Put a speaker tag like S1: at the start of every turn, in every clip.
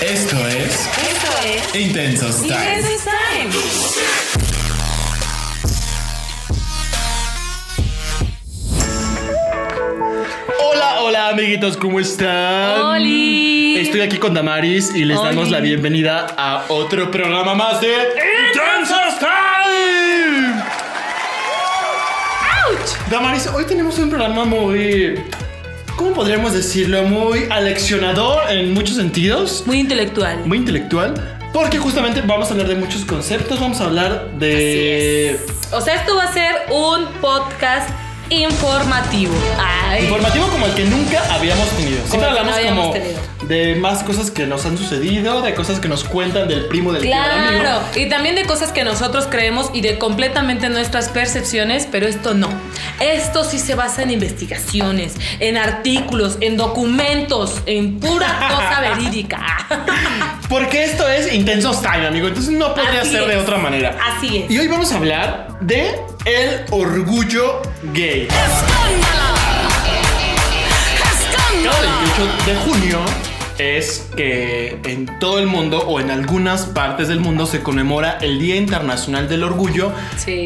S1: Esto es
S2: Esto es
S1: Intensos Time.
S2: Intensos Time.
S1: Hola, hola, amiguitos, ¿cómo están?
S2: ¡Oli!
S1: Estoy aquí con Damaris y les
S2: Oli.
S1: damos la bienvenida a otro programa más de Intensos Time. Damaris, hoy tenemos un programa muy. ¿Cómo podríamos decirlo? Muy aleccionador en muchos sentidos.
S2: Muy intelectual.
S1: muy intelectual, porque justamente vamos a hablar de muchos conceptos, vamos a hablar de
S2: O sea, esto va a ser un podcast informativo. Ay.
S1: informativo como el que nunca habíamos tenido.
S2: Como
S1: Siempre
S2: el que no
S1: hablamos
S2: habíamos
S1: como
S2: tenido.
S1: de más cosas que nos han sucedido, de cosas que nos cuentan del primo del tío, del amigo.
S2: Claro, y también de cosas que nosotros creemos y de completamente nuestras percepciones, pero esto no. Esto sí se basa en investigaciones, en artículos, en documentos, en pura cosa verídica.
S1: Porque esto es Intensos Time, amigo, entonces no podría
S2: Así
S1: ser de
S2: es.
S1: otra manera.
S2: Así es.
S1: Y hoy vamos a hablar de el orgullo gay. Cada 28 de junio es que en todo el mundo o en algunas partes del mundo se conmemora el Día Internacional del Orgullo
S2: Sí.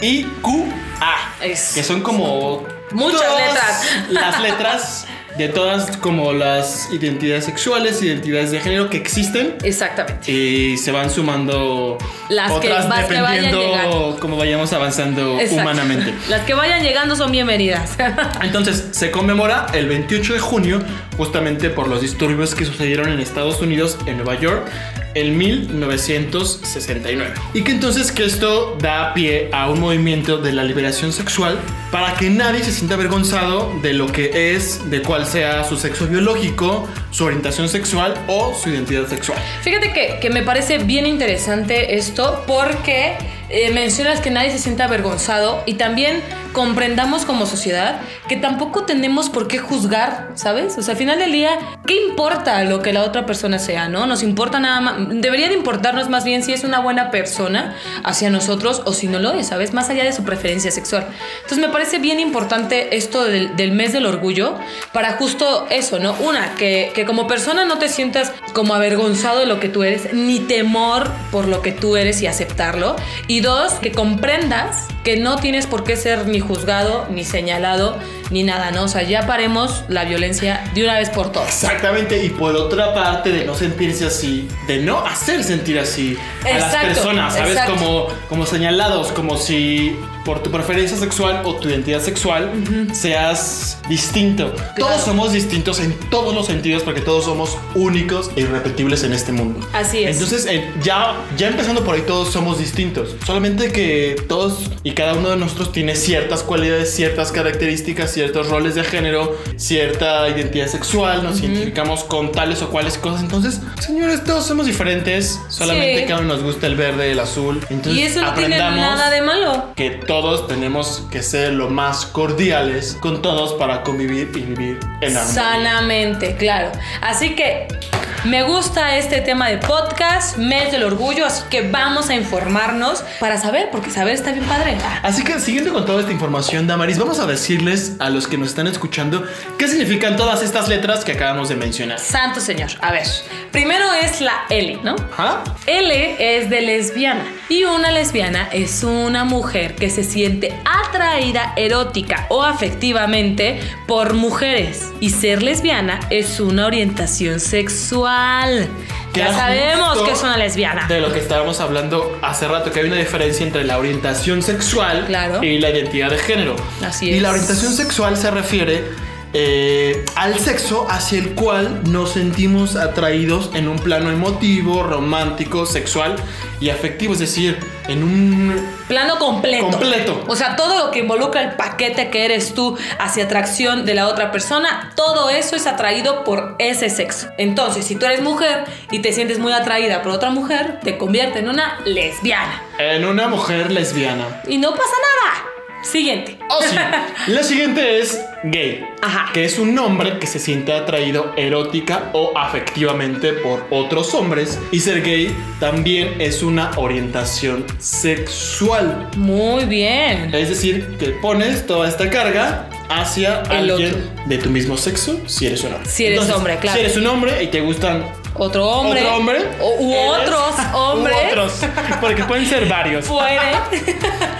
S1: LGBTIQA.
S2: Es-
S1: Que son como
S2: Muchas
S1: todas
S2: letras.
S1: Las letras de todas como las identidades sexuales, identidades de género que existen.
S2: Exactamente.
S1: Y se van sumando
S2: Las que-
S1: otras
S2: las que vayan
S1: dependiendo
S2: llegando.
S1: cómo vayamos avanzando
S2: Exacto.
S1: humanamente.
S2: Las que vayan llegando son bienvenidas.
S1: Entonces se conmemora el 28 de junio justamente por los disturbios que sucedieron en Estados Unidos, en Nueva York, en 1969. Y que entonces que esto da pie a un movimiento de la liberación sexual para que nadie se sienta avergonzado de lo que es, de cuál sea su sexo biológico, su orientación sexual o su identidad sexual.
S2: Fíjate que, que me parece bien interesante esto porque eh, mencionas que nadie se sienta avergonzado y también comprendamos como sociedad que tampoco tenemos por qué juzgar, ¿sabes? O sea, al final del día, ¿qué importa lo que la otra persona sea, no? Nos importa nada más, debería de importarnos más bien si es una buena persona hacia nosotros o si no lo es, ¿sabes? Más allá de su preferencia sexual. Entonces me parece bien importante esto del, del mes del orgullo para justo eso, ¿no? Una, que, que como persona no te sientas como avergonzado de lo que tú eres, ni temor por lo que tú eres y aceptarlo. Y dos, que comprendas que no tienes por qué ser ni juzgado, ni señalado, ni nada, ¿no? O sea, ya paremos la violencia de una vez por todas.
S1: Exactamente, y por otra parte de no sentirse así, de no hacer sentir así a las
S2: Exacto,
S1: personas, ¿sabes?
S2: exacto.
S1: Como, como señalados, como si por tu preferencia sexual o tu identidad sexual seas distinto. Todos somos distintos en todos los sentidos porque todos somos únicos e irrepetibles en este mundo.
S2: Así es.
S1: Entonces, eh, ya, ya empezando por ahí, todos somos distintos. Solamente que todos y cada uno de nosotros tiene ciertas cualidades, ciertas características, ciertos roles de género, cierta identidad sexual, nos identificamos con tales o cuales cosas. Entonces, señores, todos somos diferentes. Solamente
S2: Sí.
S1: cada uno nos gusta el verde, el azul. Entonces,
S2: y eso no tiene
S1: aprendamos
S2: nada de malo.
S1: que todos tenemos que ser lo más cordiales con todos para convivir y vivir en armonía.
S2: Sanamente, claro. Así que me gusta este tema de podcast, mes del orgullo, así que vamos a informarnos para saber, porque saber está bien padre.
S1: Así que siguiendo con toda esta información, Damaris, vamos a decirles a los que nos están escuchando qué significan todas estas letras que acabamos de mencionar.
S2: Santo Señor, a ver. Primero es la L, ¿no?
S1: Ajá.
S2: L es de lesbiana y una lesbiana es una mujer que se siente atraída erótica o afectivamente por mujeres y ser lesbiana es una orientación sexual.
S1: Que
S2: Ya
S1: era
S2: sabemos
S1: justo
S2: que es una lesbiana.
S1: De lo que estábamos hablando hace rato, que hay una diferencia entre la orientación sexual
S2: Claro.
S1: y la identidad de género.
S2: Así
S1: Y la
S2: es.
S1: orientación sexual se refiere eh, al sexo hacia el cual nos sentimos atraídos en un plano emotivo, romántico, sexual y afectivo, es decir, en un
S2: Plano completo.
S1: Completo.
S2: O sea, todo lo que involucra el paquete que eres tú hacia atracción de la otra persona, todo eso es atraído por ese sexo. Entonces, si tú eres mujer y te sientes muy atraída por otra mujer, te convierte en una lesbiana.
S1: en una mujer lesbiana.
S2: Y no pasa nada. Siguiente.
S1: Oh, sí. La siguiente es gay.
S2: Ajá.
S1: Que es un hombre que se siente atraído erótica o afectivamente por otros hombres. Y ser gay también es una orientación sexual.
S2: Muy bien.
S1: Es decir, que pones toda esta carga hacia
S2: El
S1: alguien
S2: otro.
S1: de tu mismo sexo si eres un hombre.
S2: Si eres hombre, claro.
S1: Si eres un hombre y te gustan
S2: Otro hombre.
S1: otro hombre,
S2: o- u
S1: eres-
S2: otros
S1: u
S2: hombres.
S1: otros, porque pueden ser varios.
S2: Puede.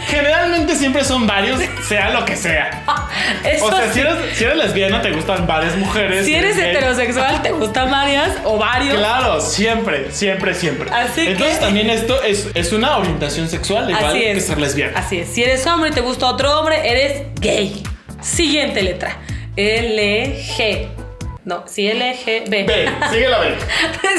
S1: Generalmente siempre son varios, sea lo que sea.
S2: Eso
S1: O sea,
S2: sí.
S1: si eres, si eres lesbiana, te gustan varias mujeres.
S2: Si eres
S1: gay.
S2: heterosexual, te gustan varias o varios.
S1: Claro, siempre, siempre, siempre.
S2: Así que-
S1: Entonces también esto es, es una orientación sexual, igual
S2: Así es.
S1: que ser lesbiana.
S2: Así es. Si eres hombre y te gusta otro hombre, eres gay. Siguiente letra. L G. No, si L G B.
S1: B, sigue la B.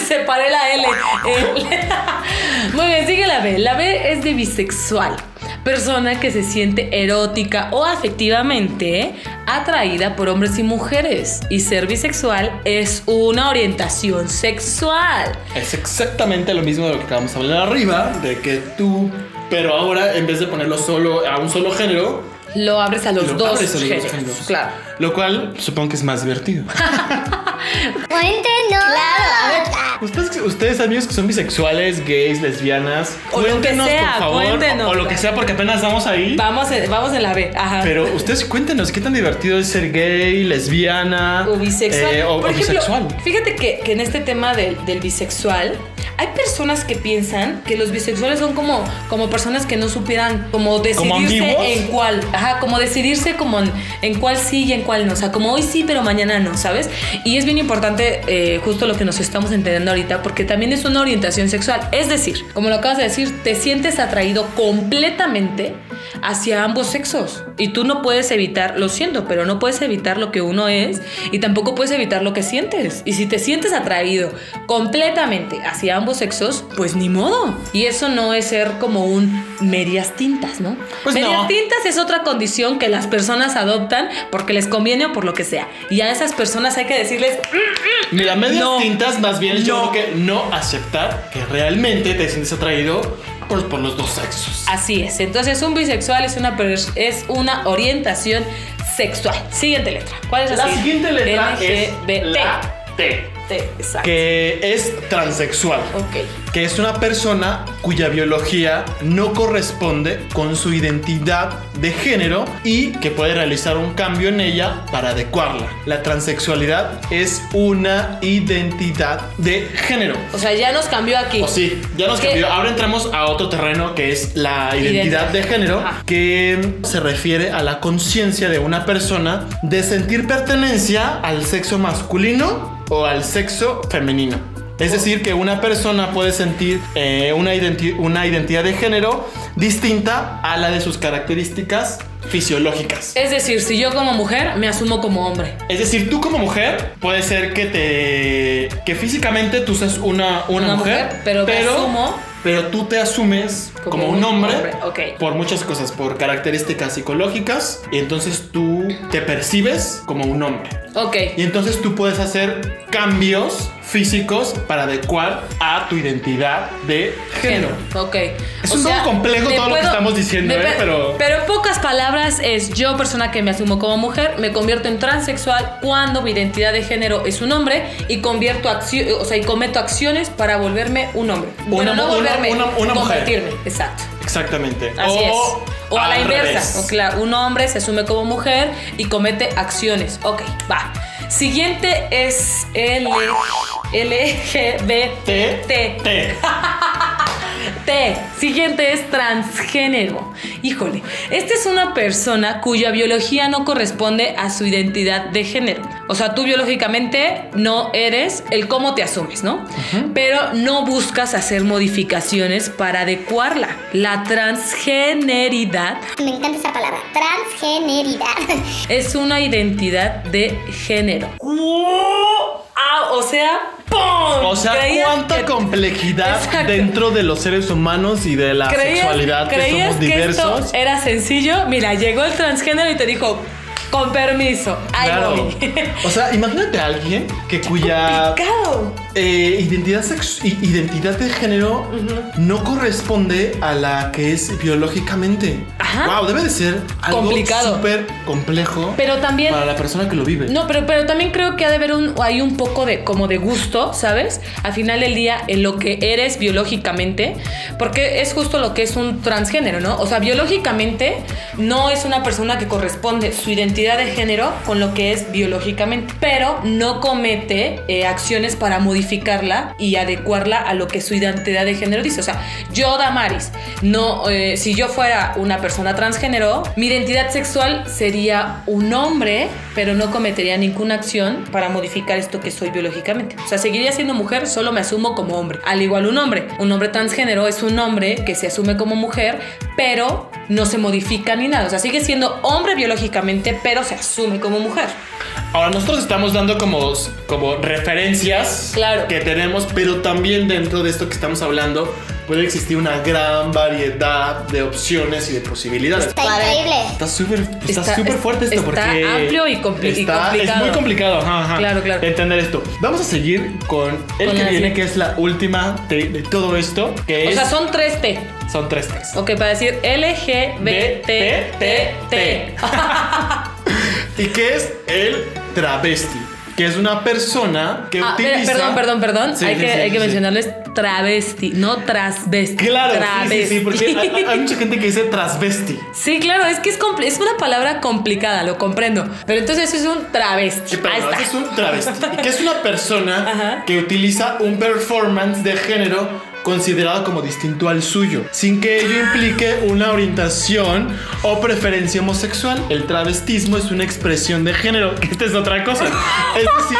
S2: Separé la L. L. Muy bien, sigue la B. La B es de bisexual. Persona que se siente erótica o afectivamente atraída por hombres y mujeres. Y ser bisexual es una orientación sexual.
S1: Es exactamente lo mismo de lo que acabamos de hablar arriba, de que tú, pero ahora en vez de ponerlo solo a un solo género,
S2: Lo abres a los
S1: lo
S2: dos
S1: abres a los dos
S2: géneros.
S1: géneros.
S2: Claro.
S1: Lo cual supongo que es más divertido.
S3: Cuéntenos. Claro.
S1: Ustedes, ustedes amigos que son bisexuales, gays, lesbianas,
S2: O lo que
S1: cuéntenos
S2: sea,
S1: por favor,
S2: cuéntenos.
S1: o lo que sea porque apenas vamos ahí.
S2: Vamos, en- vamos en la B. Ajá.
S1: Pero ustedes cuéntenos qué tan divertido es ser gay, lesbiana
S2: o bisexual.
S1: eh, o,
S2: Por
S1: o
S2: ejemplo,
S1: bisexual.
S2: fíjate que, que en este tema del, del bisexual, hay personas que piensan que los bisexuales son como, como personas que no supieran como decidirse
S1: ambiguos?
S2: en cuál. Ajá, como decidirse como en, en cuál sí y en cuál no. O sea, como hoy sí, pero mañana no, ¿sabes? Y es bien importante eh, justo lo que nos estamos entendiendo ahorita, porque también es una orientación sexual. Es decir, como lo acabas de decir, te sientes atraído completamente hacia ambos sexos. Y tú no puedes evitar, lo siento, pero no puedes evitar lo que uno es y tampoco puedes evitar lo que sientes. Y si te sientes atraído completamente hacia ambos sexos, pues ni modo. Y eso no es ser como un medias tintas, ¿no?
S1: Pues
S2: medias
S1: no.
S2: tintas es otra condición que las personas adoptan porque les conviene o por lo que sea. Y a esas personas hay que decirles, "Mm,
S1: Mira, medias
S2: No.
S1: tintas, más bien yo creo
S2: No.
S1: que no aceptar que realmente te sientes atraído por, por los dos sexos.
S2: Así es. Entonces, un bisexual es una, pers- es una orientación sexual. Siguiente letra. ¿Cuál es la,
S1: La siguiente letra es
S2: LGBT.
S1: la T,
S2: T, exacto.
S1: que es transexual,
S2: Ok.
S1: que es una persona cuya biología no corresponde con su identidad de género y que puede realizar un cambio en ella para adecuarla. La transexualidad es una identidad de género.
S2: O sea, ya nos cambió aquí.
S1: O Oh, sí, ya nos
S2: ¿Qué?
S1: cambió. Ahora entramos a otro terreno que es la identidad
S2: Identidad.
S1: de género,
S2: Ajá.
S1: que se refiere a la conciencia de una persona de sentir pertenencia al sexo masculino o al sexo femenino. Es decir, que una persona puede sentir eh, una, identi- una identidad de género distinta a la de sus características fisiológicas.
S2: Es decir, si yo como mujer me asumo como hombre.
S1: Es decir, tú como mujer puede ser que te que físicamente tú seas una, una,
S2: Una mujer,
S1: mujer,
S2: pero me asumo-
S1: pero tú te asumes
S2: Como
S1: como, un
S2: un
S1: hombre,
S2: hombre, ok.
S1: por muchas cosas, por características psicológicas y entonces tú te percibes como un hombre.
S2: Ok.
S1: Y entonces tú puedes hacer cambios físicos para adecuar a tu identidad de género.
S2: Ok.
S1: Es un poco complejo
S2: me
S1: todo lo que estamos diciendo,
S2: me
S1: ¿eh?
S2: pe-
S1: Pero-
S2: Pero en pocas palabras es yo, persona que me asumo como mujer, me convierto en transexual cuando mi identidad de género es un hombre y convierto acci- o sea, y cometo acciones para volverme un hombre. bueno, no
S1: mu- una-
S2: volverme,
S1: una- una mujer.
S2: convertirme. Exacto.
S1: Exactamente.
S2: Así
S1: o
S2: es. O a la
S1: al
S2: inversa.
S1: revés.
S2: O claro, un hombre se asume como mujer y comete acciones. Ok, va. Siguiente es L LGBT.
S1: T, T.
S2: T. Siguiente es transgénero. Híjole, esta es una persona cuya biología no corresponde a su identidad de género. O sea, tú biológicamente no eres el cómo te asumes, ¿no? Pero no buscas hacer modificaciones para adecuarla. La transgeneridad
S3: Me encanta esa palabra. Transgeneridad.
S2: es una identidad de género. Ah, o sea, ¡pum!
S1: O sea,
S2: Creías
S1: cuánta
S2: que-
S1: complejidad
S2: Exacto.
S1: dentro de los seres humanos y de la
S2: ¿Creías-
S1: sexualidad que
S2: creías
S1: somos
S2: Que
S1: diversos.
S2: esto era sencillo. Mira, llegó el transgénero y te dijo, con permiso, ahí
S1: Claro.
S2: voy.
S1: O sea, imagínate a alguien que cuya
S2: Complicado.
S1: eh, identidad, sex- i- identidad de género no corresponde a la que es biológicamente.
S2: Ajá.
S1: Wow, debe de ser algo
S2: Complicado.
S1: súper complejo
S2: Pero también
S1: para la persona que lo vive.
S2: No, pero, pero también creo que ha de haber un, hay un poco de como de gusto, ¿sabes? Al final del día, en lo que eres biológicamente, porque es justo lo que es un transgénero, ¿no? O sea, biológicamente no es una persona que corresponde su identidad de género con lo que es biológicamente, pero no comete eh, acciones para modificarla y adecuarla a lo que su identidad de género dice. O sea, yo, Damaris, no, eh, si yo fuera una persona transgénero, mi identidad sexual sería un hombre, pero no cometería ninguna acción para modificar esto que soy biológicamente. O sea, seguiría siendo mujer, solo me asumo como hombre. Al igual un hombre. Un hombre transgénero es un hombre que se asume como mujer, pero no se modifica ni nada. O sea, sigue siendo hombre biológicamente, pero se asume como mujer.
S1: Ahora nosotros estamos dando como, como referencias
S2: Claro.
S1: que tenemos, pero también dentro de esto que estamos hablando puede existir una gran variedad de opciones y de posibilidades.
S3: Está increíble.
S1: Está súper está
S2: Está-
S1: súper fuerte esto
S2: está
S1: porque
S2: amplio y compli- y
S1: está-
S2: complicado.
S1: Es muy complicado, ajá, ajá,
S2: Claro, claro.
S1: Entender esto. Vamos a seguir con el
S2: Con
S1: que
S2: la
S1: viene,
S2: siguiente.
S1: que es la última de, de todo esto, que
S2: O
S1: es
S2: sea, son 3T.
S1: son tres tres.
S2: Ok, para decir LGBTT.
S1: Y que es el travesti, que es una persona que
S2: Ah,
S1: utiliza.
S2: espera, perdón, perdón, perdón.
S1: Sí,
S2: hay,
S1: sí,
S2: que,
S1: sí,
S2: hay que
S1: sí.
S2: mencionarles travesti, no transvesti.
S1: Claro, sí, sí,
S2: travesti.
S1: sí, porque hay, hay mucha gente que dice transvesti.
S2: Sí, claro, es que es, compl- es una palabra complicada, lo comprendo. Pero entonces es un travesti.
S1: Sí, pero
S2: Ahí
S1: no,
S2: está.
S1: ese es un travesti, que es una persona
S2: Ajá.
S1: que utiliza un performance de género considerado como distinto al suyo, sin que ello implique una orientación o preferencia homosexual. El travestismo es una expresión de género, que esta es otra cosa. Es decir,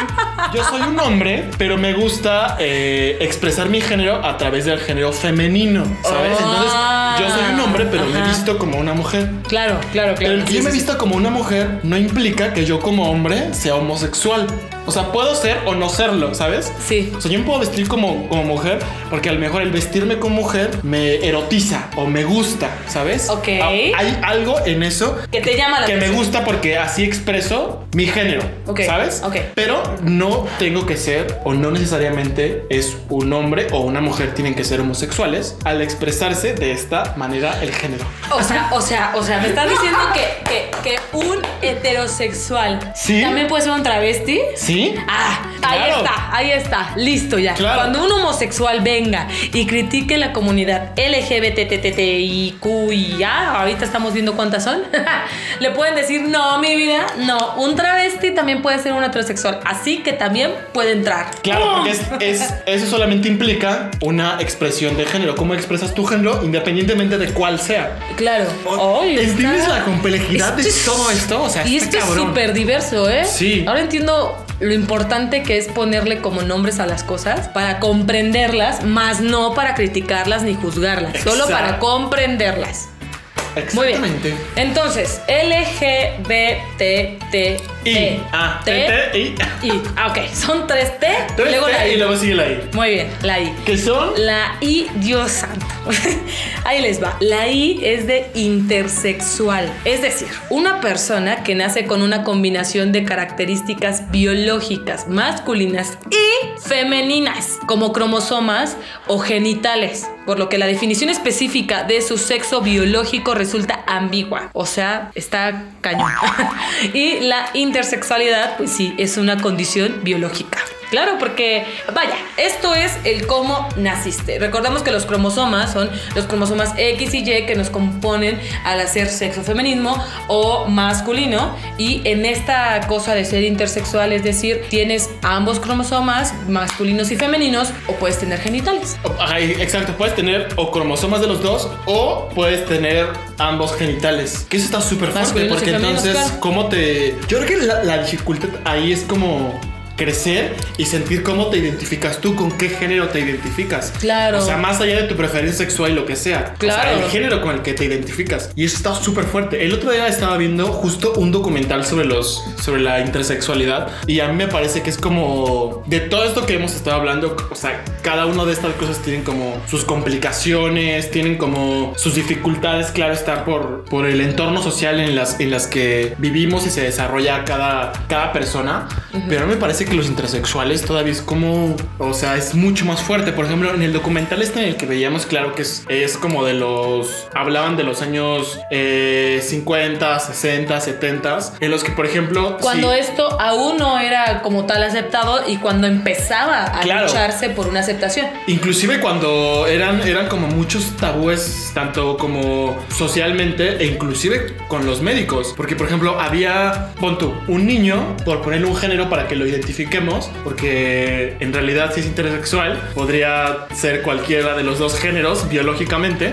S1: yo soy un hombre, pero me gusta eh, expresar mi género a través del género femenino, ¿sabes? Entonces, yo soy un hombre, pero me he
S2: Ah. Ajá.
S1: visto como una mujer.
S2: Claro, claro, claro.
S1: El que
S2: Sí,
S1: yo me
S2: sí, sí.
S1: vista como una mujer no implica que yo como hombre sea homosexual. O sea, puedo ser o no serlo, ¿sabes?
S2: Sí.
S1: O sea, yo me puedo vestir como, como mujer porque a lo mejor el vestirme como mujer me erotiza o me gusta, ¿sabes?
S2: Ok.
S1: Ah, Hay algo en eso
S2: Que te llama la
S1: que me
S2: atención.
S1: gusta porque así expreso mi género,
S2: Ok,
S1: ¿sabes?
S2: ok.
S1: Pero no tengo que ser o no necesariamente es un hombre o una mujer tienen que ser homosexuales al expresarse de esta manera el género.
S2: O sea, o sea, o sea, me estás diciendo que, que, que un heterosexual
S1: Sí.
S2: también puede ser un travesti.
S1: ¿Sí?
S2: Ah, ahí
S1: Claro.
S2: está, ahí está, listo ya.
S1: Claro.
S2: Cuando un homosexual venga y critique la comunidad LGBTTTIQIA, ahorita estamos viendo cuántas son, le pueden decir, no, mi vida, no, un travesti también puede ser un heterosexual, así que también puede entrar. ¡Oh!
S1: Claro, porque es, es- eso solamente implica una expresión de género. ¿Cómo expresas tu género independientemente de cuál sea?
S2: Claro. Ay,
S1: ¿Entiendes
S2: está-
S1: la complejidad de
S2: Esto es-
S1: todo esto? O sea,
S2: y
S1: está
S2: esto es
S1: cabrón.
S2: súper diverso, ¿eh?
S1: Sí.
S2: Ahora entiendo lo importante que es ponerle como nombres a las cosas para comprenderlas, más no para criticarlas ni juzgarlas, solo
S1: Exacto.
S2: para comprenderlas. Muy bien.
S1: Exactamente.
S2: Entonces, LGBT
S1: Y, ah, T, T, I.
S2: E. I. Ah, ok. Son tres T,
S1: Tres
S2: luego
S1: T
S2: la I.
S1: y luego sigue la I.
S2: Muy bien, la I.
S1: Que son
S2: La I, Dios santo. Ahí les va. La I es de intersexual. Es decir, una persona que nace con una combinación de características biológicas masculinas y femeninas, como cromosomas o genitales. Por lo que la definición específica de su sexo biológico resulta ambigua. O sea, está cañón. y la intersexualidad, pues sí, es una condición biológica. Claro, porque vaya, esto es el cómo naciste. Recordamos que los cromosomas son los cromosomas X y Y que nos componen al hacer sexo feminismo o masculino. Y en esta cosa de ser intersexual, es decir, tienes ambos cromosomas, masculinos y femeninos, o puedes tener genitales.
S1: Ajá, y- exacto, puedes tener o cromosomas de los dos o puedes tener ambos genitales. Que eso está súper fuerte
S2: Masculinos y
S1: porque
S2: femeninos,
S1: entonces,
S2: claro.
S1: ¿cómo te...? Yo creo que la, la dificultad ahí es como crecer y sentir cómo te identificas tú, con qué género te identificas.
S2: Claro.
S1: O sea, más allá de tu preferencia sexual y lo que sea. O sea,
S2: Claro.
S1: el género con el que te identificas. Y eso está súper fuerte. El otro día estaba viendo justo un documental sobre los sobre la intersexualidad y a mí me parece que es como de todo esto que hemos estado hablando, o sea, cada una de estas cosas tienen como sus complicaciones, tienen como sus dificultades, claro, está por por el entorno social en las en las que vivimos y se desarrolla cada cada persona, pero a mí me parece que los intersexuales todavía es como, o sea, es mucho más fuerte. Por ejemplo, en el documental este en el que veíamos, claro que es, es como de los, hablaban de los años eh, 50, 60, 70, en los que, por ejemplo,
S2: Cuando
S1: sí,
S2: esto aún no era como tal aceptado y cuando empezaba a
S1: Claro.
S2: lucharse por una aceptación.
S1: Inclusive cuando eran, eran como muchos tabúes, tanto como socialmente e inclusive con los médicos. Porque, por ejemplo, había, pon tú, un niño, por ponerle un género para que lo identifiquemos, porque en realidad si es intersexual, podría ser cualquiera de los dos géneros biológicamente.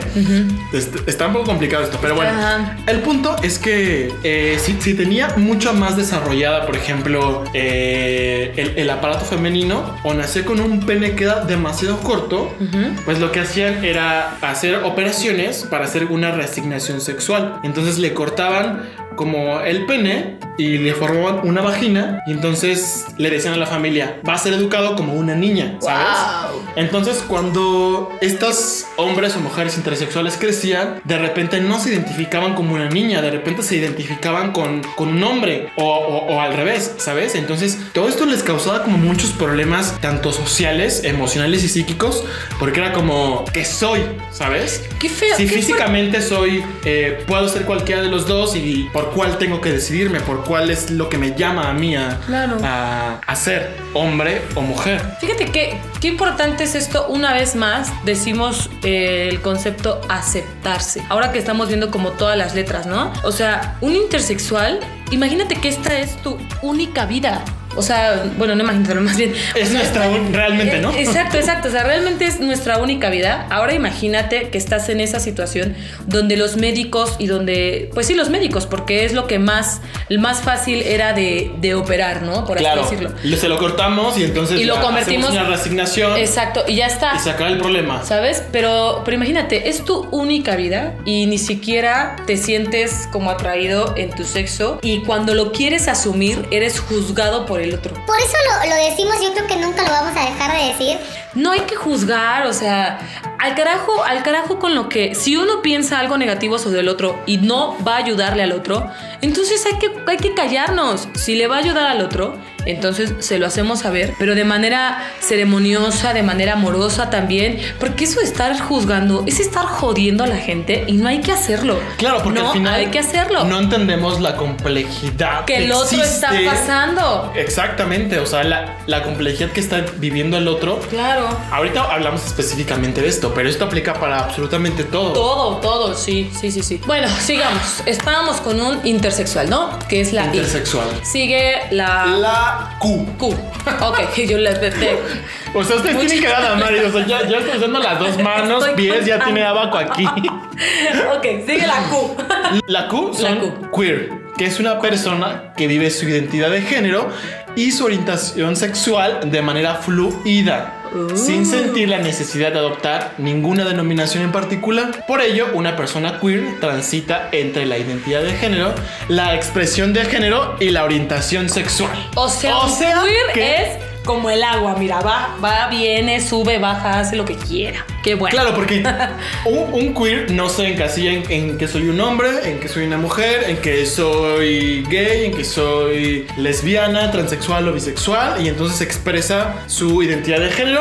S1: Es- está un poco complicado esto, pero bueno.
S2: Ajá.
S1: El punto es que eh, si, si tenía mucho más desarrollada, por ejemplo, eh, el, el aparato femenino o nació con un pene que era demasiado corto,
S2: Ujú.
S1: pues lo que hacían era hacer operaciones para hacer una reasignación sexual. Entonces le cortaban como el pene y le formaban una vagina y entonces le decían a la familia, va a ser educado como una niña, ¿sabes?
S2: Wow.
S1: Entonces, cuando estos hombres o mujeres intersexuales crecían, de repente no se identificaban como una niña, de repente se identificaban con, con un hombre o, o- o al revés, ¿sabes? Entonces, todo esto les causaba como muchos problemas, tanto sociales, emocionales y psíquicos, porque era como, ¿qué soy? ¿Sabes?
S2: Qué feo.
S1: Si
S2: qué fuerte.
S1: físicamente soy, eh, puedo ser cualquiera de los dos y por cuál tengo que decidirme, por cuál es lo que me llama a mí a,
S2: Claro.
S1: a- a ser hombre o mujer.
S2: Fíjate que, qué importante es esto. Una vez más, decimos eh, el concepto aceptarse. Ahora que estamos viendo como todas las letras, ¿no? O sea, un intersexual, imagínate que esta es tu única vida. O sea, bueno, no imagínatelo más bien.
S1: Es nuestra, un- realmente, ¿no?
S2: Eh, Exacto, exacto. O sea, realmente es nuestra única vida. Ahora imagínate que estás en esa situación donde los médicos y donde, pues sí, los médicos, porque es lo que más, más fácil era de, de operar, ¿no? Por así
S1: claro,
S2: decirlo.
S1: le- se lo cortamos y entonces
S2: Y lo
S1: ya
S2: convertimos-
S1: hacemos una resignación
S2: Exacto, y ya está.
S1: y se acaba el problema.
S2: ¿Sabes? Pero, pero imagínate, es tu única vida y ni siquiera te sientes como atraído en tu sexo y cuando lo quieres asumir eres juzgado por el otro.
S3: Por eso lo, lo decimos, yo creo que nunca lo vamos a dejar de decir.
S2: No hay que juzgar, o sea, al carajo, al carajo con lo que si uno piensa algo negativo sobre el otro y no va a ayudarle al otro, entonces hay que, hay que callarnos. Si le va a ayudar al otro, entonces se lo hacemos saber, pero de manera ceremoniosa, de manera amorosa también, porque eso de estar juzgando es estar jodiendo a la gente y no hay que hacerlo.
S1: Claro, porque
S2: no
S1: al final
S2: hay que hacerlo.
S1: no entendemos la complejidad
S2: que el otro está
S1: existe.
S2: pasando.
S1: Exactamente, o sea, la, la complejidad que está viviendo el otro.
S2: Claro.
S1: Ahorita hablamos específicamente de esto, pero esto aplica para absolutamente todo.
S2: Todo, todo, sí, sí, sí, sí. Bueno, sigamos. Estábamos con un intersexual, ¿no? Que es la I.
S1: Intersexual.
S2: Sigue la
S1: La Q.
S2: Q. Ok, yo la detecto.
S1: O sea, ustedes
S2: Mucho-
S1: tienen que dar a Mari. O sea, ya, ya estoy usando las dos manos,
S2: Estoy
S1: pies, ya
S2: contando.
S1: tiene abaco aquí.
S2: Ok, sigue la Q.
S1: La Q son
S2: La Q.
S1: queer, que es una persona que vive su identidad de género y su orientación sexual de manera fluida,
S2: Uh.
S1: sin sentir la necesidad de adoptar ninguna denominación en particular. Por ello, una persona queer transita entre la identidad de género, la expresión de género y la orientación sexual.
S2: O sea,
S1: O sea
S2: queer
S1: que-
S2: es como el agua, mira, va, va, viene, sube, baja, hace lo que quiera. Qué bueno.
S1: Claro, porque un, un queer no se encasilla en, en que soy un hombre, en que soy una mujer, en que soy gay, en que soy lesbiana, transexual o bisexual, y entonces expresa su identidad de género,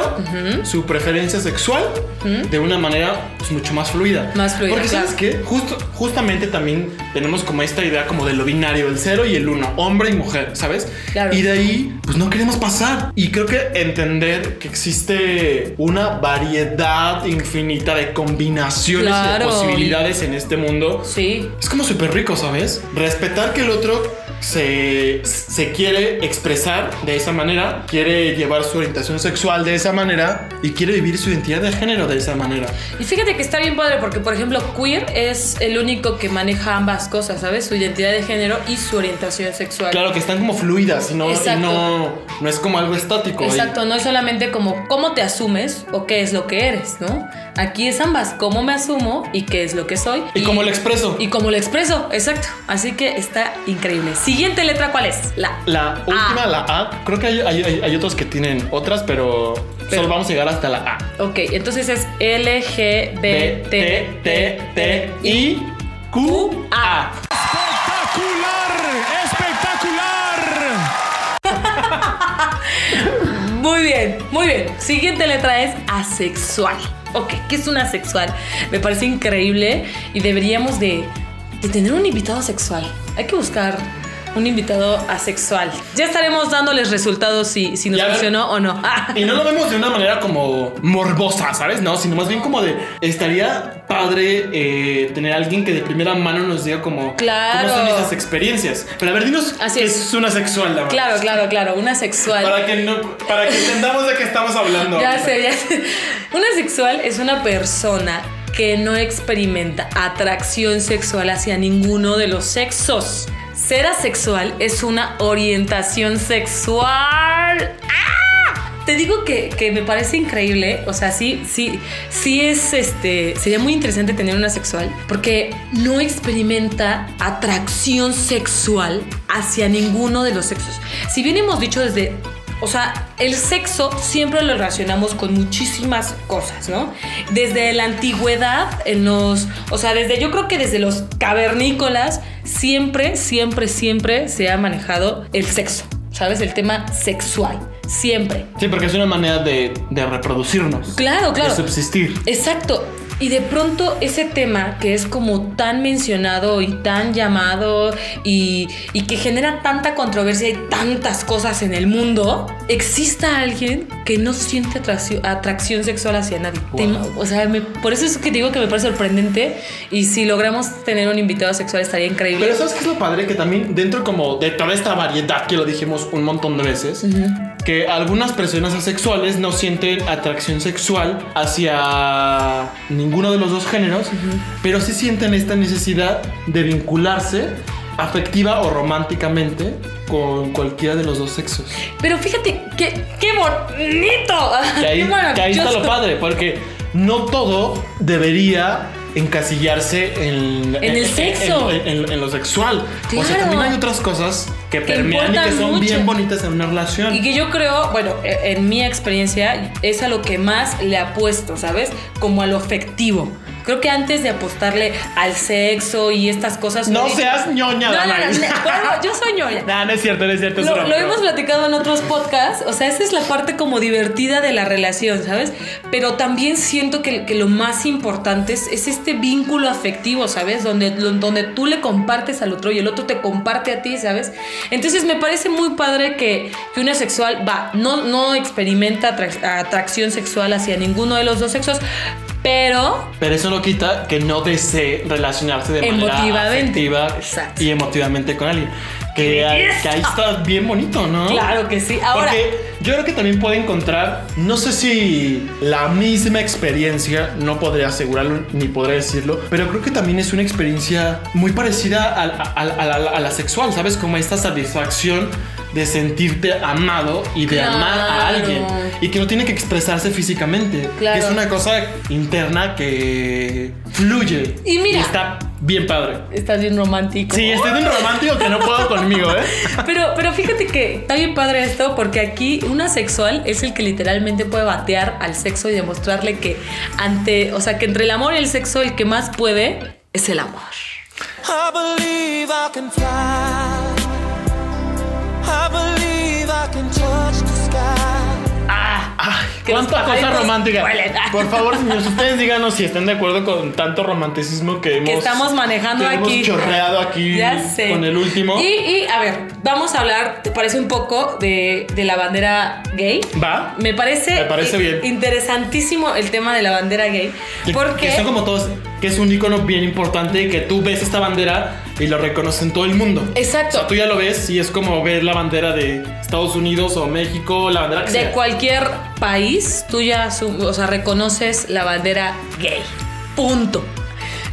S1: su preferencia sexual, de una manera pues, mucho más fluida.
S2: Más fluida,
S1: Porque sabes
S2: claro.
S1: que justo, justamente también tenemos como esta idea como de lo binario, el cero y el uno, hombre y mujer, ¿sabes?
S2: Claro.
S1: Y de ahí, pues no queremos pasar. Y creo que entender que existe una variedad infinita de combinaciones y de
S2: Claro.
S1: posibilidades en este mundo
S2: Sí.
S1: es como súper rico, ¿sabes? Respetar que el otro se, se quiere expresar de esa manera, quiere llevar su orientación sexual de esa manera y quiere vivir su identidad de género de esa manera.
S2: Y fíjate que está bien padre porque, por ejemplo, queer es el único que maneja ambas cosas, ¿sabes? Su identidad de género y su orientación sexual.
S1: Claro que están como fluidas y no, y
S2: Exacto.
S1: no, no es como algo estático. ahí.
S2: Exacto, no es solamente como cómo te asumes o qué es lo que eres, ¿no? Aquí es ambas, cómo me asumo y qué es lo que soy.
S1: Y, como lo expreso.
S2: Y cómo lo expreso, exacto. Así que está increíble. Siguiente letra, ¿cuál es? La.
S1: La última,
S2: Ah.
S1: la A, creo que hay, hay- hay- hay otros que tienen otras, pero,
S2: Pero-
S1: solo vamos a llegar hasta la A.
S2: Ok, entonces es L, G, B, T, T, T, I.
S1: I, Q, A.
S4: ¡Espectacular! ¡Espectacular!
S2: Muy bien, muy bien. Siguiente letra es asexual. Ok, ¿qué es un asexual? Me parece increíble y deberíamos de, de tener un invitado sexual. Hay que buscar un invitado asexual. Ya estaremos dándoles resultados si, si nos
S1: Ya ver-
S2: funcionó o no. Ah,
S1: Y no lo vemos de una manera como morbosa, ¿sabes? No, sino más bien como de estaría padre eh, tener a alguien que de primera mano nos diga como
S2: Claro.
S1: cómo son esas experiencias. Pero a ver, dinos
S2: Así
S1: qué
S2: es.
S1: es una sexual, la
S2: claro, claro, claro, un asexual.
S1: Para que no, para que entendamos de qué estamos hablando.
S2: Ya sé, ya sé. Un asexual es una persona que no experimenta atracción sexual hacia ninguno de los sexos. Ser asexual es una orientación sexual. ¡Ah! Te digo que, que me parece increíble, o sea, sí, sí, sí es este, sería muy interesante tener un asexual, porque no experimenta atracción sexual hacia ninguno de los sexos. Si bien hemos dicho desde o sea, el sexo siempre lo relacionamos con muchísimas cosas, ¿no? Desde la antigüedad, en los. O sea, desde. Yo creo que desde los cavernícolas, siempre, siempre, siempre se ha manejado el sexo, ¿sabes? El tema sexual. Siempre.
S1: Sí, porque es una manera de, de reproducirnos.
S2: Claro, claro.
S1: De subsistir.
S2: Exacto. Y de pronto ese tema que es como tan mencionado y tan llamado y, y que genera tanta controversia y tantas cosas en el mundo, exista alguien que no siente atracción, atracción sexual hacia nadie. Te-
S1: Wow.
S2: o sea, me- por eso es que te digo que me parece sorprendente y si logramos tener un invitado sexual estaría increíble.
S1: Pero ¿sabes qué es lo padre? Que también dentro como de toda esta variedad que lo dijimos un montón de veces, que algunas personas asexuales no sienten atracción sexual hacia ninguno de los dos géneros, pero sí sienten esta necesidad de vincularse afectiva o románticamente con cualquiera de los dos sexos.
S2: Pero fíjate, que, qué bonito.
S1: Que ahí,
S2: Qué
S1: que ahí está
S2: maravilloso.
S1: lo padre, porque no todo debería encasillarse en,
S2: En el sexo.
S1: en, en- en lo sexual. O sea,
S2: Claro.
S1: también hay otras cosas que, permean y que
S2: importan
S1: son
S2: mucho.
S1: bien bonitas en una relación.
S2: Y que yo creo, bueno, e- en mi experiencia es a lo que más le apuesto, ¿sabes? Como a lo afectivo. Creo que antes de apostarle al sexo y estas cosas...
S1: no
S2: yo-
S1: seas ñoña,
S2: No, no, no,
S1: Damaris.
S2: no, bueno, yo soy ñoña.
S1: Nah, no es cierto, no es cierto. es
S2: Lo,
S1: una
S2: lo
S1: broma.
S2: hemos platicado en otros podcasts, o sea, esa es la parte como divertida de la relación, ¿sabes? Pero también siento que, que lo más importante es, es este vínculo afectivo, ¿sabes? Donde, lo- donde tú le compartes al otro y el otro te comparte a ti, ¿sabes? Entonces me parece muy padre que, que una sexual, va, no, no experimenta atrac- atracción sexual hacia ninguno de los dos sexos, pero
S1: Pero eso no quita que no desee relacionarse de manera
S2: Emotivamente.
S1: afectiva
S2: Exacto.
S1: y emotivamente con alguien. Que, ahí- que ahí está bien bonito, ¿no?
S2: claro que sí. Ahora,
S1: Porque yo creo que también puede encontrar, no sé si la misma experiencia, no podré asegurarlo ni podré decirlo, pero creo que también es una experiencia muy parecida a, a- a- a la, a la sexual, ¿sabes? Como esta satisfacción de sentirte amado y de amar a
S2: Claro.
S1: alguien. Y que no tiene que expresarse físicamente.
S2: Claro.
S1: Que es una cosa interna que fluye.
S2: Y mira.
S1: está bien padre.
S2: estás bien romántico.
S1: Sí, estoy de un romántico que no puedo conmigo, ¿eh?
S2: Pero, pero fíjate que está bien padre esto porque aquí un asexual es el que literalmente puede batear al sexo y demostrarle que ante, o sea, que entre el amor y el sexo el que más puede es el amor.
S4: I believe I can fly. I believe I can touch the sky.
S2: Ah,
S1: Ay,
S2: Que los
S1: cuánta cosa
S2: pajaritos
S1: romántica.
S2: vuelen.
S1: Por favor, señores, ustedes díganos si están de acuerdo con tanto romanticismo que hemos
S2: estamos manejando
S1: que hemos
S2: aquí.
S1: chorreado aquí
S2: Ya sé.
S1: con el último.
S2: Y, y, a ver, vamos a hablar, ¿te parece un poco de, de la bandera gay?
S1: Va.
S2: Me parece,
S1: Me parece
S2: i-
S1: bien.
S2: interesantísimo el tema de la bandera gay.
S1: Que-
S2: Porque
S1: que son como todos que es un icono bien importante que tú ves esta bandera y lo reconocen todo el mundo. O
S2: Exacto.
S1: sea, tú ya lo ves y es como ver la bandera de Estados Unidos o México, la bandera que
S2: de
S1: sea.
S2: cualquier país, tú ya asum- o sea, reconoces la bandera gay. Punto.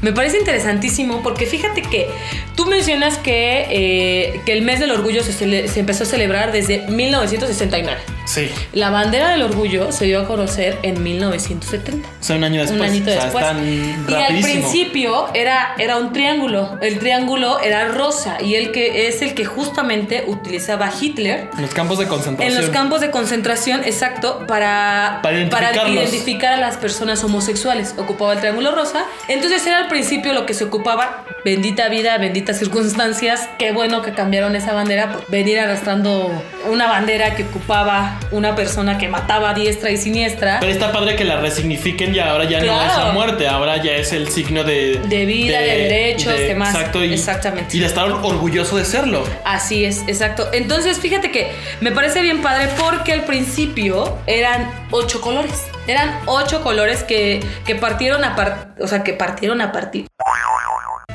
S2: Me parece interesantísimo porque fíjate que tú mencionas que, eh, que el mes del orgullo se, cele- se empezó a celebrar desde 1969.
S1: Sí.
S2: La bandera del orgullo se dio a conocer en 1970.
S1: O sea, un año después.
S2: Un añito
S1: pues, O sea,
S2: después.
S1: están
S2: y al
S1: rapidísimo.
S2: principio era, era un triángulo. El triángulo era rosa y el que es el que justamente utilizaba Hitler
S1: En los campos de
S2: en
S1: concentración.
S2: los campos de concentración, exacto, para,
S1: Para identificarlos.
S2: identificar a las personas homosexuales. Ocupaba el triángulo rosa. Entonces era al principio lo que se ocupaba Bendita vida, benditas circunstancias. Qué bueno que cambiaron esa bandera por venir arrastrando una bandera que ocupaba una persona que mataba a diestra y siniestra.
S1: Pero está padre que la resignifiquen y ahora ya no
S2: Claro.
S1: es la muerte, ahora ya es el signo de...
S2: De vida, de derechos, demás.
S1: Exacto, y,
S2: Exactamente.
S1: Y de estar orgulloso de serlo.
S2: Así es, exacto. Entonces, fíjate que me parece bien padre porque al principio eran ocho colores. Eran ocho colores que, que partieron a partir. O sea, que partieron a partir.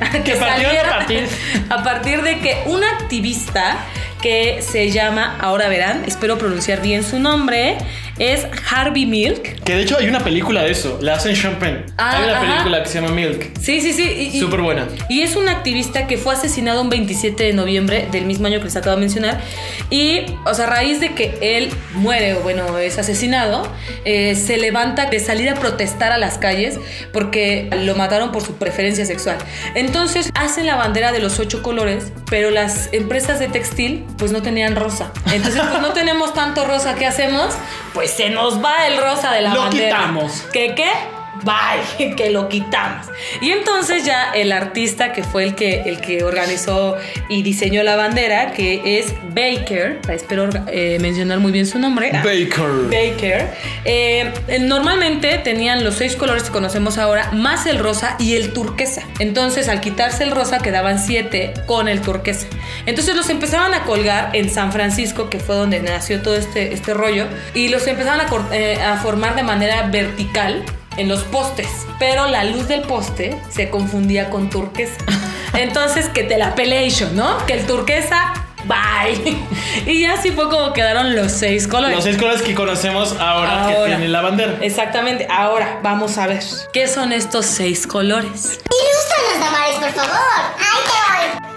S2: que
S1: partieron a
S2: salieron
S1: partir.
S2: a partir de que un activista que se llama, ahora verán, espero pronunciar bien su nombre, es Harvey Milk.
S1: Que de hecho hay una película de eso, la hacen Champagne.
S2: Ah,
S1: hay una
S2: ajá.
S1: película que se llama Milk.
S2: Sí, sí, sí. y- y-
S1: Súper buena.
S2: Y es un activista que fue asesinado un 27 de noviembre del mismo año que les acabo de mencionar. Y, o sea, a raíz de que él muere o, bueno, es asesinado, eh, se levanta de salir a protestar a las calles porque lo mataron por su preferencia sexual. Entonces, hacen la bandera de los ocho colores, pero las empresas de textil, pues no tenían rosa. Entonces, pues no tenemos tanto rosa. ¿Qué hacemos? Pues se nos va el rosa de la
S1: Lo
S2: bandera.
S1: quitamos.
S2: ¿Qué qué? Bye, que lo quitamos. Y entonces ya el artista que fue el que, el que organizó y diseñó la bandera, que es Baker, espero eh, mencionar muy bien su nombre.
S1: Baker.
S2: Baker. Eh, eh, normalmente tenían los seis colores que conocemos ahora, más el rosa y el turquesa. Entonces, al quitarse el rosa, quedaban siete con el turquesa. Entonces, los empezaban a colgar en San Francisco, que fue donde nació todo este, este rollo, y los empezaban a, cor- eh, a formar de manera vertical en los postes. Pero la luz del poste se confundía con turquesa. Entonces, que te la pelation, ¿no? Que el turquesa. Bye. Y ya así fue como quedaron los seis colores.
S1: Los seis colores que conocemos ahora, que
S2: Ahora. Eh,
S1: tiene la bandera.
S2: Exactamente. Ahora vamos a ver. ¿Qué son estos seis colores?
S3: Ilústranos, Damaris, por favor. Ahí te voy.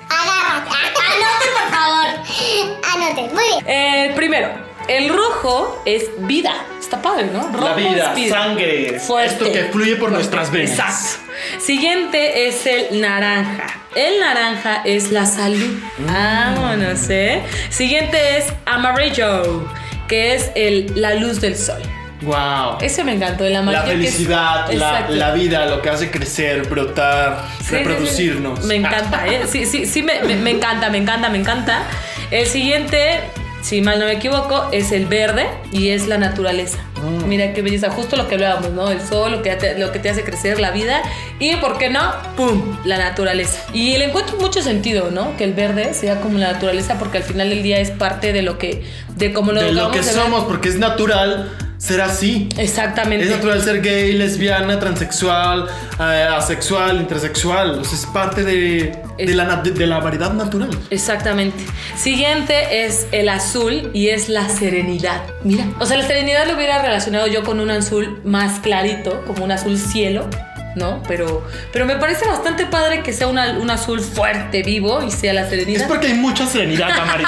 S3: Agárrate. Anote, por favor. Anote. Muy bien.
S2: El Eh, primero, el rojo es vida. Está padre, ¿no? Rojo
S1: La vida,
S2: es vida.
S1: sangre,
S2: Fuerte.
S1: esto que fluye por
S2: Fuerte.
S1: nuestras venas.
S2: Exacto. Siguiente es el naranja. El naranja es la salud.
S1: Mm.
S2: Ah, no sé. Siguiente es amarillo, que es el, la luz del sol.
S1: Wow.
S2: Ese me encantó, el amarillo.
S1: La
S2: que es-
S1: felicidad, la,
S2: Exacto.
S1: la vida, lo que hace crecer, brotar,
S2: Sí,
S1: reproducirnos.
S2: sí, sí. Me encanta, ¿eh? Sí, sí, sí, me, me- me encanta, me encanta, me encanta. El siguiente, si mal no me equivoco, es el verde y es la naturaleza.
S1: Mm.
S2: Mira qué belleza, justo lo que hablábamos, ¿no? El sol, lo que, te, lo que te hace crecer la vida y, ¿por qué no? ¡Pum! La naturaleza. Y le encuentro mucho sentido, ¿no? Que el verde sea como la naturaleza porque al final del día es parte de lo que, de cómo lo
S1: de lo
S2: acabamos
S1: que
S2: de ver.
S1: somos, porque es natural ser así.
S2: Exactamente.
S1: Es natural ser gay, lesbiana, transexual, eh, asexual, intersexual. O sea, es parte de, de,
S2: Es-
S1: la, na- de- de la variedad natural.
S2: Exactamente. Siguiente es el azul y es la serenidad. Mira, o sea, la serenidad lo hubiera relacionado yo con un azul más clarito, como un azul cielo, ¿no? Pero, pero me parece bastante padre que sea una- un azul fuerte, vivo y sea la serenidad.
S1: Es porque hay mucha serenidad, Damaris.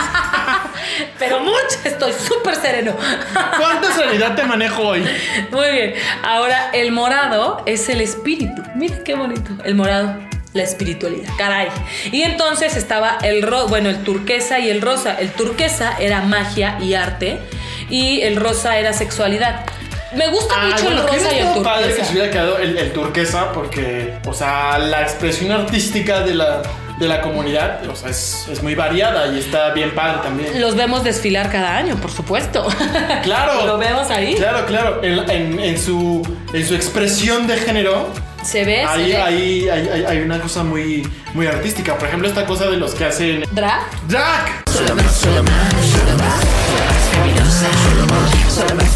S2: Pero mucho, estoy súper sereno.
S1: ¿Cuánta serenidad te manejo hoy?
S2: Muy bien. Ahora, el morado es el espíritu. Mira qué bonito. El morado. La espiritualidad, caray. Y entonces estaba el ro bueno, el turquesa y el rosa. El turquesa era magia y arte y el rosa era sexualidad. Me gusta mucho
S1: Ah, bueno,
S2: el
S1: que
S2: rosa y el
S1: hubiera estado padre que se
S2: turquesa.
S1: hubiera quedado el, el turquesa porque, o sea, la expresión artística de la, de la comunidad, o sea, es, es muy variada y está bien padre también.
S2: Los vemos desfilar cada año, por supuesto.
S1: Claro.
S2: Lo vemos ahí.
S1: Claro, claro. En, en- en su, en su expresión de género,
S2: Se ve, se
S1: ahí,
S2: ve.
S1: ahí- ahí- ahí- hay una cosa muy, muy artística. Por ejemplo, esta cosa de los que hacen
S2: Drag.
S1: drag.
S5: Solo más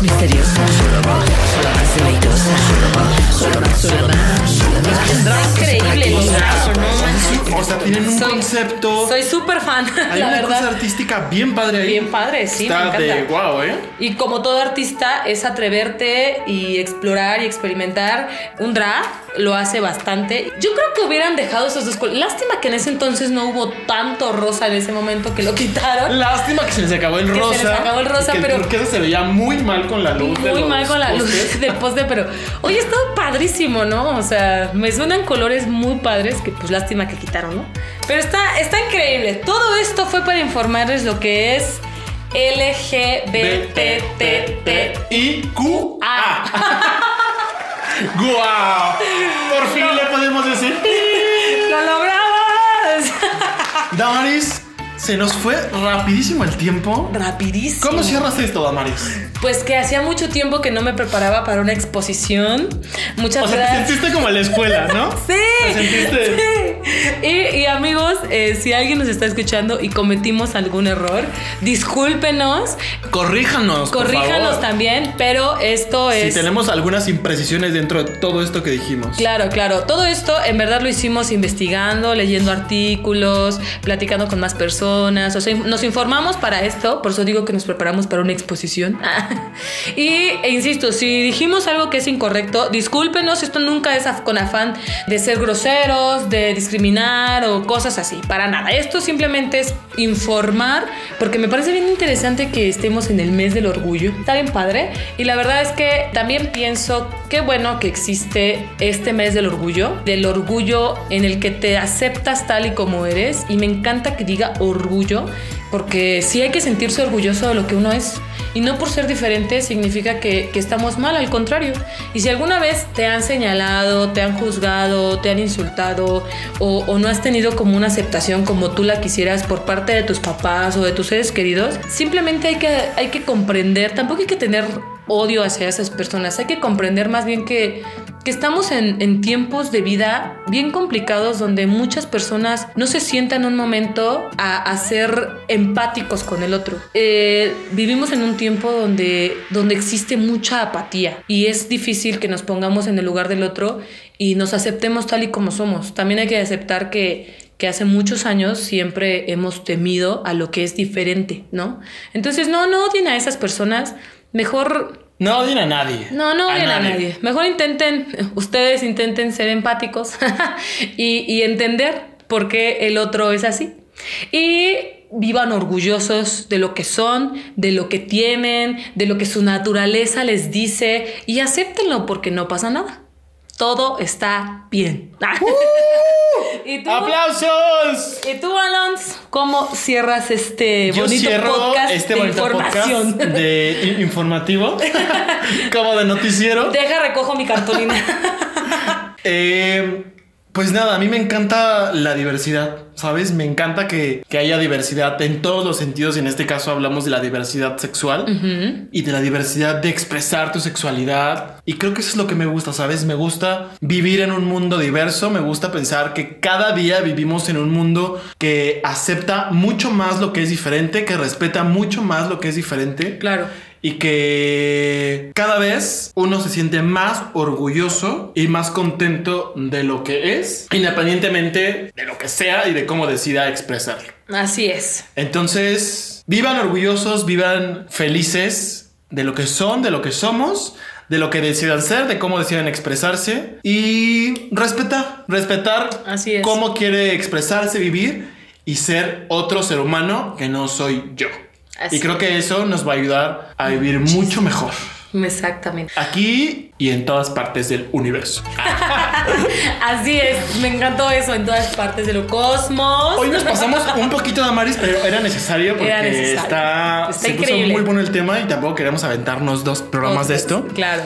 S5: misteriosa, solo más deleitosa, solo más, solo más, solo más.
S2: Está increíble el brazo, ¿no?
S1: O sea, tienen un
S2: Soy-
S1: concepto.
S2: Soy súper fan,
S1: hay
S2: la
S1: una cosa
S2: verdad.
S1: artística bien padre ahí.
S2: Bien padre, sí, me
S1: Está
S2: encanta.
S1: de wow, ¿eh?
S2: Y como todo artista es atreverte y explorar y experimentar. Un drag lo hace bastante. Yo creo que hubieran dejado esos dos col- Lástima que en ese entonces no hubo tanto rosa en ese momento que lo quitaron.
S1: Lástima que se les acabó el
S2: Que se
S1: rosa.
S2: les acabó el rosa,
S1: y que
S2: pero-
S1: El turquesa se veía muy mal con la luz. de
S2: Muy
S1: los
S2: mal con la
S1: postes.
S2: luz del poste, pero hoy está padrísimo, ¿no? O sea, me suenan colores muy padres que pues lástima que quitaron, ¿no? Pero está, está increíble. Todo esto fue para informarles lo que es LGBTT.
S1: y Q
S2: Ah.
S1: ¡Guau! Por fin le podemos decir.
S2: ¡Lo logramos!
S1: Damaris, se nos fue rapidísimo el tiempo.
S2: Rapidísimo.
S1: ¿Cómo cierras esto, Damaris?
S2: Pues que hacía mucho tiempo que no me preparaba para una exposición. Muchas
S1: O sea, te
S2: gracias.
S1: sentiste como en la escuela, ¿no? Te
S2: Sí.
S1: sentiste-
S2: sí. Y, y amigos, eh, si alguien nos está escuchando y cometimos algún error, discúlpenos,
S1: Corríjanos. por
S2: corríjanos
S1: favor.
S2: también, pero esto
S1: Si
S2: es...
S1: tenemos algunas imprecisiones dentro de todo esto que dijimos.
S2: Claro, claro. Todo esto en verdad lo hicimos investigando, leyendo artículos, platicando con más personas. O sea, nos informamos para esto, por eso digo que nos preparamos para una exposición. y e insisto, si dijimos algo que es incorrecto, discúlpenos, esto nunca es af- con afán de ser groseros, de discriminar o cosas así, para nada. Esto simplemente es informar, porque me parece bien interesante que estemos en el mes del orgullo. Está bien padre. Y la verdad es que también pienso qué bueno que existe este mes del orgullo, del orgullo en el que te aceptas tal y como eres. Y me encanta que diga orgullo, porque sí hay que sentirse orgulloso de lo que uno es. Y no por ser diferente significa que, que estamos mal, al contrario. Y si alguna vez te han señalado, te han juzgado, te han insultado o, o no has tenido como una aceptación como tú la quisieras por parte de tus papás o de tus seres queridos, simplemente hay que, hay que comprender, tampoco hay que tener odio hacia esas personas, hay que comprender más bien que, que estamos en, en tiempos de vida bien complicados donde muchas personas no se sientan un momento a, a ser empáticos con el otro. Eh, vivimos en un tiempo donde, donde existe mucha apatía y es difícil que nos pongamos en el lugar del otro y nos aceptemos tal y como somos. También hay que aceptar que, que hace muchos años siempre hemos temido a lo que es diferente, ¿no? Entonces, no, no odien a esas personas. Mejor
S1: No odien a nadie.
S2: no, Ah, no odien a nadie. Mejor intenten, ustedes intenten ser empáticos y, y entender por qué el otro es así. Y vivan orgullosos de lo que son, de lo que tienen, de lo que su naturaleza les dice y acéptenlo porque no pasa nada. Todo está bien.
S1: ¡Uh!
S2: ¿Y, tú,
S1: ¡Aplausos!
S2: y tú, Alons, ¿cómo cierras este
S1: Yo
S2: bonito
S1: cierro
S2: podcast
S1: este
S2: de
S1: bonito
S2: información?
S1: podcast de in- informativo, como de noticiero.
S2: Deja, recojo mi cartulina.
S1: Eh, pues nada, a mí me encanta la diversidad, ¿sabes? Me encanta que, que haya diversidad en todos los sentidos y en este caso hablamos de la diversidad sexual y de la diversidad de expresar tu sexualidad. Y creo que eso es lo que me gusta, ¿sabes? Me gusta vivir en un mundo diverso, me gusta pensar que cada día vivimos en un mundo que acepta mucho más lo que es diferente, que respeta mucho más lo que es diferente
S2: claro.
S1: y que cada vez uno se siente más orgulloso y más contento de lo que es, independientemente de lo que sea y de cómo decida expresarlo.
S2: Así es.
S1: Entonces, vivan orgullosos, vivan felices de lo que son, de lo que somos, de lo que decidan ser, de cómo decidan expresarse y respetar, respetar
S2: Así es.
S1: cómo quiere expresarse, vivir y ser otro ser humano que no soy yo.
S2: Así
S1: y creo que eso nos va a ayudar a vivir mucho mejor.
S2: Exactamente.
S1: Aquí y en todas partes del universo.
S2: Así es. Me encantó eso en todas partes de lo cosmos.
S1: Hoy nos pasamos un poquito de Amaris, pero era necesario porque
S2: Era necesario.
S1: está,
S2: Está
S1: se puso
S2: increíble.
S1: muy bueno el tema y tampoco queremos aventarnos dos programas de esto.
S2: Claro.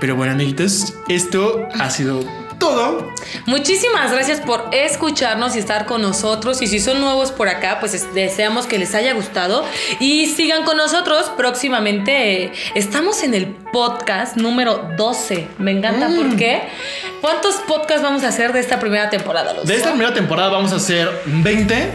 S1: Pero bueno, amiguitos, esto ha sido todo.
S2: Muchísimas gracias por escucharnos y estar con nosotros. Y si son nuevos por acá, pues es- deseamos que les haya gustado. Y sigan con nosotros próximamente. eh, Estamos en el podcast número 12. Me encanta
S1: Mm.
S2: porque. ¿Cuántos podcasts vamos a hacer de esta primera temporada? Alonso?
S1: De esta primera temporada vamos a hacer 20.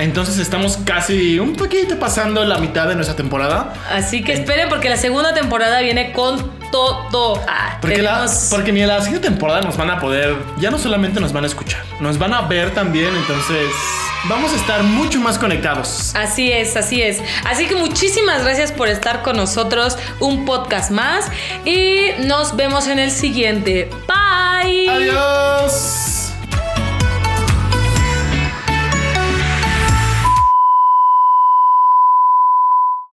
S1: Entonces estamos casi un poquito pasando la mitad de nuestra temporada.
S2: Así que esperen porque la segunda temporada viene con todo. Ah,
S1: Porque, la-
S2: tenemos-
S1: porque ni en la siguiente temporada nos van a poder, ya no solamente nos van a escuchar, nos van a ver también. Entonces vamos a estar mucho más conectados.
S2: Así es, así es. Así que muchísimas gracias por estar con nosotros un podcast más y nos vemos en el siguiente. Bye.
S1: Adiós.